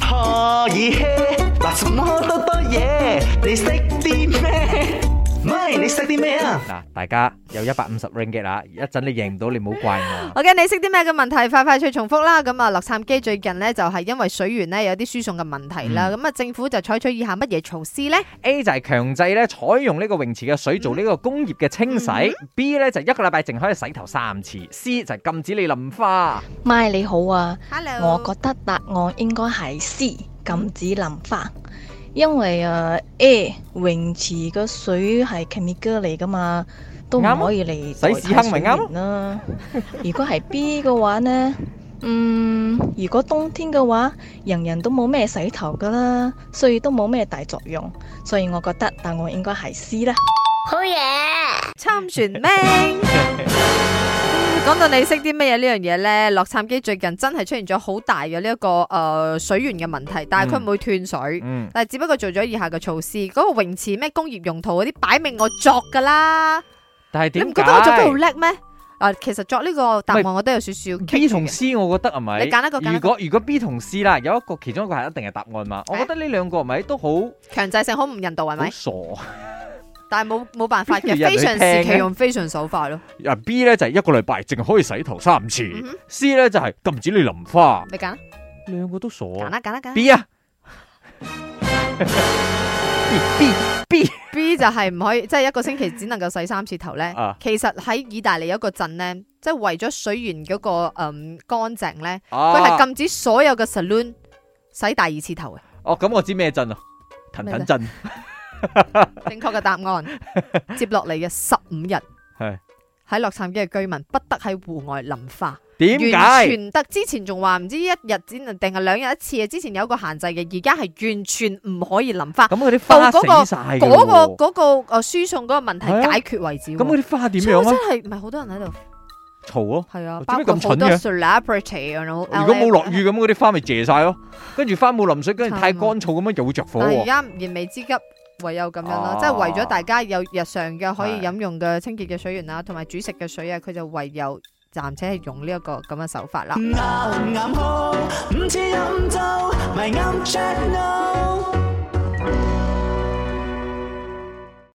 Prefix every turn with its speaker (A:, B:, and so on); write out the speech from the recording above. A: 可以嘿，嗱什麼多多嘢，你識啲咩？咪你識啲咩啊？
B: 嗱，大家有一百五十 ringgit 啦，一陣你贏唔到，你唔好怪 我。啊
C: 我嘅你識啲咩嘅問題，快快脆重複啦。
B: 嗯
C: 咁啊，洛杉磯最近呢，就係因為水源呢有啲輸送嘅問題
B: 嗯
C: 啦，咁啊、政府就採取以下乜嘢措施呢？
B: A 就係強制咧採用呢個泳池嘅水做呢個工業嘅清洗。B
C: 嗯
B: 咧就一個禮拜淨可以洗頭三次。C 就係禁止你淋花。
D: 咪你好啊，
C: Hello，
D: 我覺得答案應該係 C，禁止淋花，因為誒、呃 A 泳池嘅水係 chemical 嚟噶嘛，都
B: 啱
D: 唔
B: 啊
D: 可以嚟
B: 洗屎坑咪啱咯
D: 代替水源啦。如 果係 B 嘅話呢，嗯，如果冬天嘅話，人人都冇咩洗頭噶啦，所以都冇咩大作用，所以我覺得答案應該係 C 啦。
E: 好嘢。
C: 參船命。講到你識啲乜嘢呢樣嘢呢？洛杉磯最近真係出現咗好大嘅呢一個誒、呃水源嘅問題，但係佢唔會斷水，
B: 嗯，
C: 但係只不過做咗以下嘅措施。嗰、個泳池咩工業用途嗰啲擺明我作㗎啦，
B: 但係
C: 你
B: 點
C: 唔覺得我作得好
B: 解
C: 叻咩？嗱，其實作呢個答案
B: 咪
C: 我都有少少棘
B: B
C: 住
B: 同
C: 嘅
B: C 我覺得係咪？
C: 你揀一個揀一個
B: 如果如果 B 同 C 啦，有一個其中一個係一定係答案嘛。我覺得呢兩個咪都好
C: 強制性好唔人道
B: 好
C: 係咪？
B: 傻。啊
C: 但係冇冇辦法嘅，
B: 邊條
C: 非
B: 人
C: 常
B: 去聽啊嘅
C: 時期用非常手法咯。
B: 啊 B 咧就係一個禮拜淨可以洗頭三次。
C: 嗯哼
B: C 咧就係禁止你淋花。
C: 你揀啦，啊
B: 兩個都傻。
C: 揀啦，揀啦，揀啦。
B: B 啊 B B B
C: B 就係唔可以，即係一個星期只能夠洗三次頭咧
B: 啊。
C: 其實喺意大利有一個鎮咧，即係為咗水源嗰個嗯乾淨咧，佢
B: 啊
C: 係禁止所有嘅 salon 洗第二次頭
B: 哦，咁我知咩鎮啊？騰騰鎮
C: 嘅。正確嘅答案，接落嚟嘅十五日
B: 係
C: 喺洛杉磯嘅居民不得喺戶外淋花。
B: 點
C: 完
B: 解？
C: 全啊得之前仲話唔知一日只能定係兩日一次嘅，之前有個限制嘅，而家係完全唔可以淋花。
B: 咁佢啲花
C: 到嗰個
B: 死晒㗎
C: 哦嗰、
B: 喎
C: 個嗰、個誒輸送嗰個問題
B: 係啊
C: 解決為止喎。
B: 咁嗰啲花點
C: 所以我
B: 樣啊？
C: 真係唔係好多人喺度，
B: 嘈咯！
C: 係啊，
B: 我
C: 包
B: 做咩
C: 括
B: 咁
C: 好
B: 蠢
C: 多
B: 嘅
C: celebrity 啊，
B: 如果冇落。雨咁，嗰啲花咪謝晒咯。跟住花冇淋水，跟住
C: 慘啊
B: 太乾燥咁樣又會着火
C: 但係而
B: 喎。
C: 家燃眉之急，唯有咁樣啦
B: 啊，
C: 即係為咗大家有日常嘅可以
B: 係
C: 飲用嘅清潔嘅水源啦，同埋煮食嘅水啊，佢就唯有暫且係用呢一個咁嘅手法啦。
A: 啱唔啱好？唔似飲酒，咪啱 check no。